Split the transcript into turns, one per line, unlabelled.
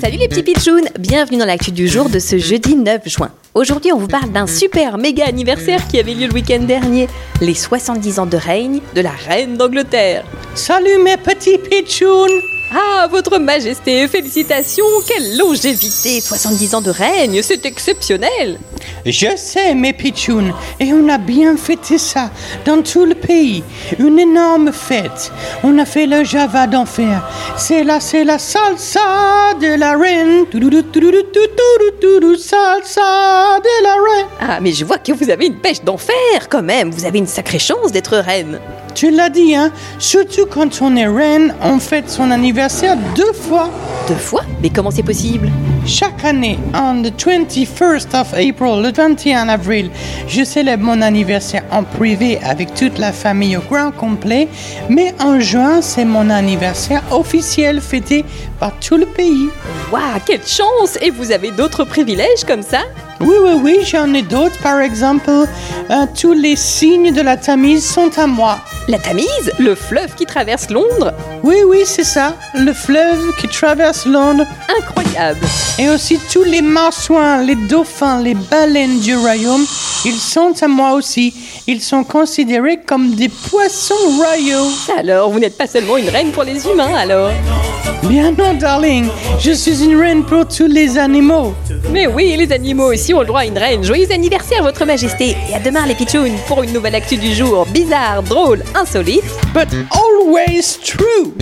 Salut les petits pitchouns Bienvenue dans l'actu du jour de ce jeudi 9 juin. Aujourd'hui, on vous parle d'un super méga anniversaire qui avait lieu le week-end dernier. Les 70 ans de règne de la reine d'Angleterre.
Salut mes petits pitchouns
Ah, votre majesté, félicitations Quelle longévité 70 ans de règne, c'est exceptionnel
Je sais mes pitchouns, et on a bien fêté ça dans tout le pays. Une énorme fête. On a fait le Java d'enfer. C'est là, c'est la salsa de la reine. Toudoudou, toudoudou, toudoudou, toudoudou, salsa de la reine.
Ah, mais je vois que vous avez une pêche d'enfer quand même Vous avez une sacrée chance d'être reine
Tu l'as dit, hein Surtout quand on est reine, on fête son anniversaire deux fois.
Deux fois Mais comment c'est possible
Chaque année, on the 21st of April, le 21 avril, je célèbre mon anniversaire en privé avec toute la famille au grand complet, mais en juin, c'est mon anniversaire officiel fêté par tout le pays.
Waouh, quelle chance Et vous avez d'autres privilèges comme ça
Oui, oui, oui, j'en ai d'autres, par exemple, euh, tous les signes de la Tamise sont à moi.
La Tamise, le fleuve qui traverse Londres
Oui, oui, c'est ça, le fleuve qui traverse Londres
Incroyable
Et aussi tous les marsouins, les dauphins, les baleines du royaume, ils sont à moi aussi. Ils sont considérés comme des poissons royaux.
Alors, vous n'êtes pas seulement une reine pour les humains, alors
Bien non, darling, je suis une reine pour tous les animaux.
Mais oui, les animaux aussi ont le droit à une reine. Joyeux anniversaire, votre majesté Et à demain, les pitchounes, pour une nouvelle actu du jour. Bizarre, drôle, insolite.
But always true.